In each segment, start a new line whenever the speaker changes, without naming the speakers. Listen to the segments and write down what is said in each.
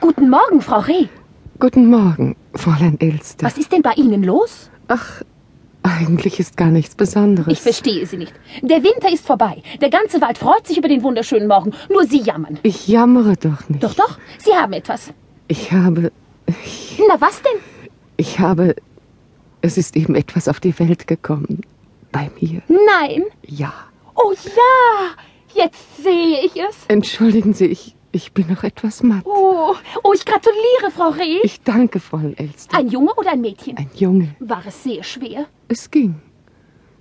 Guten Morgen, Frau Reh.
Guten Morgen, Fräulein Elster.
Was ist denn bei Ihnen los?
Ach, eigentlich ist gar nichts Besonderes.
Ich verstehe Sie nicht. Der Winter ist vorbei. Der ganze Wald freut sich über den wunderschönen Morgen. Nur Sie jammern.
Ich jammere doch nicht.
Doch, doch, Sie haben etwas.
Ich habe. Ich,
Na, was denn?
ich habe. Es ist eben etwas auf die Welt gekommen. Bei mir.
Nein.
Ja.
Oh ja, jetzt sehe ich es.
Entschuldigen Sie, ich, ich bin noch etwas matt.
Oh, oh, ich gratuliere, Frau Reh.
Ich danke, Fräulein Elster.
Ein Junge oder ein Mädchen?
Ein Junge.
War es sehr schwer?
Es ging.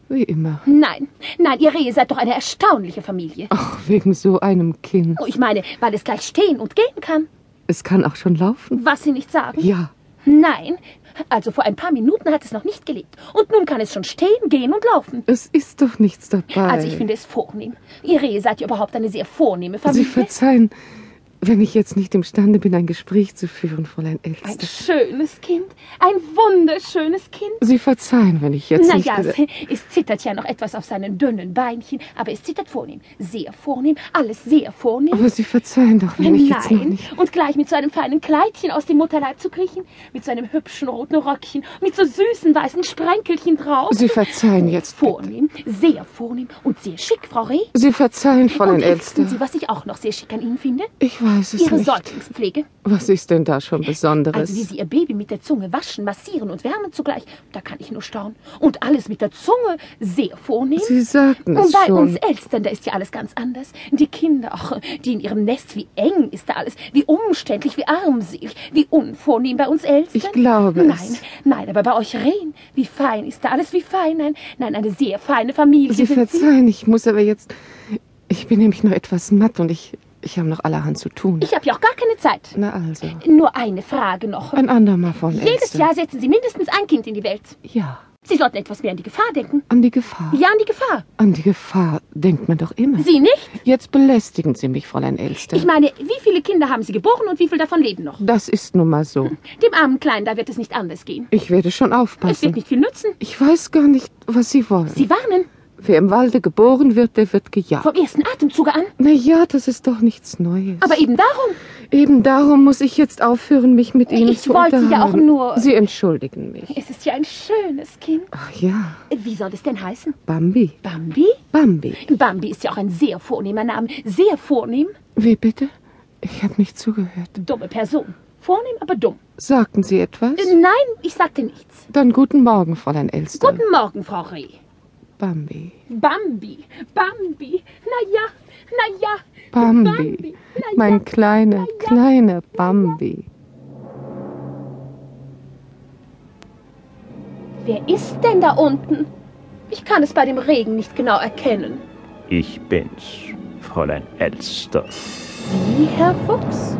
Wie immer.
Nein, nein, ihr Rehe seid doch eine erstaunliche Familie.
Ach, wegen so einem Kind.
Oh, ich meine, weil es gleich stehen und gehen kann.
Es kann auch schon laufen.
Was Sie nicht sagen?
Ja.
Nein, also vor ein paar Minuten hat es noch nicht gelebt. Und nun kann es schon stehen, gehen und laufen.
Es ist doch nichts dabei.
Also ich finde es vornehm. Ihr Rehe seid ja überhaupt eine sehr vornehme
Sie
Familie.
verzeihen, wenn ich jetzt nicht imstande bin, ein Gespräch zu führen, Fräulein
ein
Elster.
schönes Kind, ein wunderschönes Kind.
Sie verzeihen, wenn ich jetzt
Na
nicht...
ja, es, es zittert ja noch etwas auf seinen dünnen Beinchen, aber es zittert vornehm, sehr vornehm, alles sehr vornehm.
Aber Sie verzeihen doch, wenn ich jetzt noch
Nein,
nicht...
und gleich mit so einem feinen Kleidchen aus dem Mutterleib zu kriechen, mit so einem hübschen roten Röckchen, mit so süßen weißen Sprenkelchen drauf.
Sie verzeihen jetzt bitte.
vornehm, sehr vornehm und sehr schick, Frau Reh.
Sie verzeihen, Fräulein
und wissen
Elster.
Sie, was ich auch noch sehr schick an Ihnen finde?
Ich weiß es
Ihre
nicht.
Säuglingspflege.
Was ist denn da schon Besonderes?
Also wie sie ihr Baby mit der Zunge waschen, massieren und wärmen zugleich, da kann ich nur staunen. Und alles mit der Zunge sehr vornehm.
Sie sagten es
Und bei
schon.
uns Elstern, da ist ja alles ganz anders. Die Kinder, ach, die in ihrem Nest, wie eng ist da alles, wie umständlich, wie armselig, wie unvornehm bei uns Elstern.
Ich glaube
Nein,
es.
nein, aber bei euch Rehen, wie fein ist da alles, wie fein. Nein, nein, eine sehr feine Familie
Sie
sind sie.
verzeihen, ich muss aber jetzt... Ich bin nämlich noch etwas matt und ich, ich habe noch allerhand zu tun.
Ich habe ja auch gar keine Zeit.
Na also,
Nur eine Frage noch.
ein andermal, Fräulein
Jedes
Elster.
Jahr setzen Sie mindestens ein Kind in die Welt.
Ja,
Sie sollten etwas mehr an die Gefahr denken.
an die Gefahr.
Ja, an die Gefahr.
An die Gefahr denkt man doch immer.
Sie nicht?
Jetzt belästigen Sie mich, Fräulein Elster.
Ich meine, wie viele Kinder haben Sie geboren und wie viele davon leben noch?
das ist nun mal so.
Dem armen Kleinen, da wird es nicht anders gehen.
Ich werde
Es
schon
wird
aufpassen.
nicht viel nützen.
Ich weiß gar nicht, was Sie wollen.
Sie warnen
Wer im Walde geboren wird, der wird gejagt.
vom ersten Atemzuge an.
Na ja, das ist doch nichts Neues.
Aber eben darum.
eben darum muss ich jetzt aufhören, mich mit Ihnen
Ich
zu
wollte ja
unterhalten.
auch nur-
Sie entschuldigen mich.
Es ist ja ein schönes Kind.
Ach ja,
Wie soll es denn heißen?
Bambi,
Bambi?
Bambi.
Bambi ist ja auch ein sehr vornehmer Name. Sehr vornehm.
Wie bitte? Ich habe nicht zugehört.
Dumme Person. Vornehm, aber dumm.
Sagten Sie etwas?
Äh, Nein, ich sagte nichts.
Dann guten Morgen, Fräulein Elster.
Guten Morgen, Frau Reh.
Bambi.
Bambi, Bambi. Na ja, na ja.
Bambi,
na ja.
mein kleiner, kleiner Bambi.
Wer ist denn da unten? Ich kann es bei dem Regen nicht genau erkennen.
Ich bin's, Fräulein Elster.
Sie, Herr Fuchs?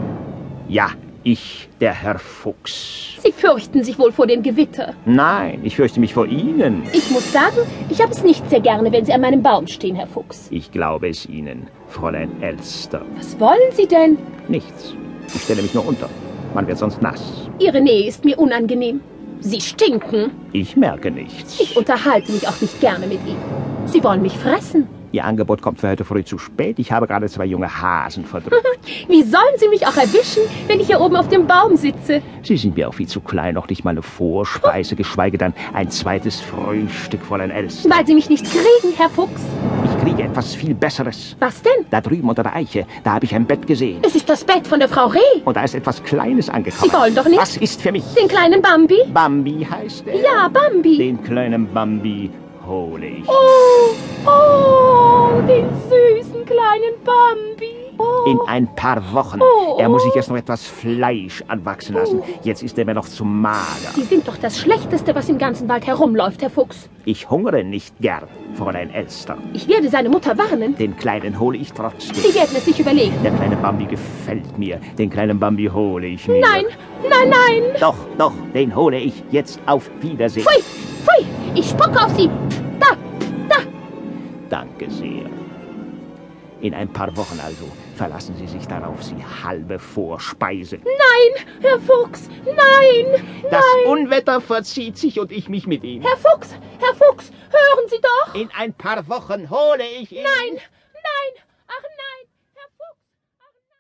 Ja, ich, der Herr Fuchs.
Sie fürchten sich wohl vor dem Gewitter.
Nein, ich fürchte mich vor Ihnen.
Ich muss sagen, ich habe es nicht sehr gerne, wenn Sie an meinem Baum stehen, Herr Fuchs.
Ich glaube es Ihnen, Fräulein Elster.
Was wollen Sie denn?
Nichts. Ich stelle mich nur unter. Man wird sonst nass.
Ihre Nähe ist mir unangenehm. Sie stinken.
Ich merke nichts.
Ich unterhalte mich auch nicht gerne mit Ihnen. Sie wollen mich fressen.
Ihr Angebot kommt für heute früh zu spät. Ich habe gerade zwei junge Hasen verdrückt.
Wie sollen Sie mich auch erwischen, wenn ich hier oben auf dem Baum sitze?
Sie sind mir auch viel zu klein, noch nicht mal eine Vorspeise, geschweige denn ein zweites Frühstück, Fräulein Elster.
Weil Sie mich nicht kriegen, Herr Fuchs.
Ich kriege etwas viel Besseres.
Was denn?
Da drüben unter der Eiche, da habe ich ein Bett gesehen.
Es ist das Bett von der Frau Reh.
Und da ist etwas Kleines angekommen.
Sie wollen doch nicht-
Das ist für mich.
Den kleinen Bambi?
Bambi heißt er.
Ja, Bambi.
Den kleinen Bambi hole ich.
Oh, oh, den süßen kleinen Bambi. Oh.
In ein paar Wochen.
Oh.
Er muss sich erst noch etwas Fleisch anwachsen lassen. Jetzt ist er mir noch zu mager.
Sie sind doch das Schlechteste, was im ganzen Wald herumläuft, Herr Fuchs.
Ich hungere nicht gern, Fräulein Elster.
Ich werde seine Mutter warnen.
Den Kleinen hole ich trotzdem.
Sie werden es sich überlegen.
Der kleine Bambi gefällt mir. Den kleinen Bambi hole ich mir.
Nein, nein, nein.
Doch, doch, den hole ich jetzt auf Wiedersehen.
Pfui, pfui, ich spucke auf Sie. Da, da.
Danke sehr. In ein paar Wochen also verlassen Sie sich darauf, Sie halbe Vorspeise.
Nein, Herr Fuchs, nein.
Das Unwetter verzieht sich und ich mich mit ihm.
Herr Fuchs, Herr Fuchs, hören Sie doch.
In ein paar Wochen hole ich ihn.
Nein,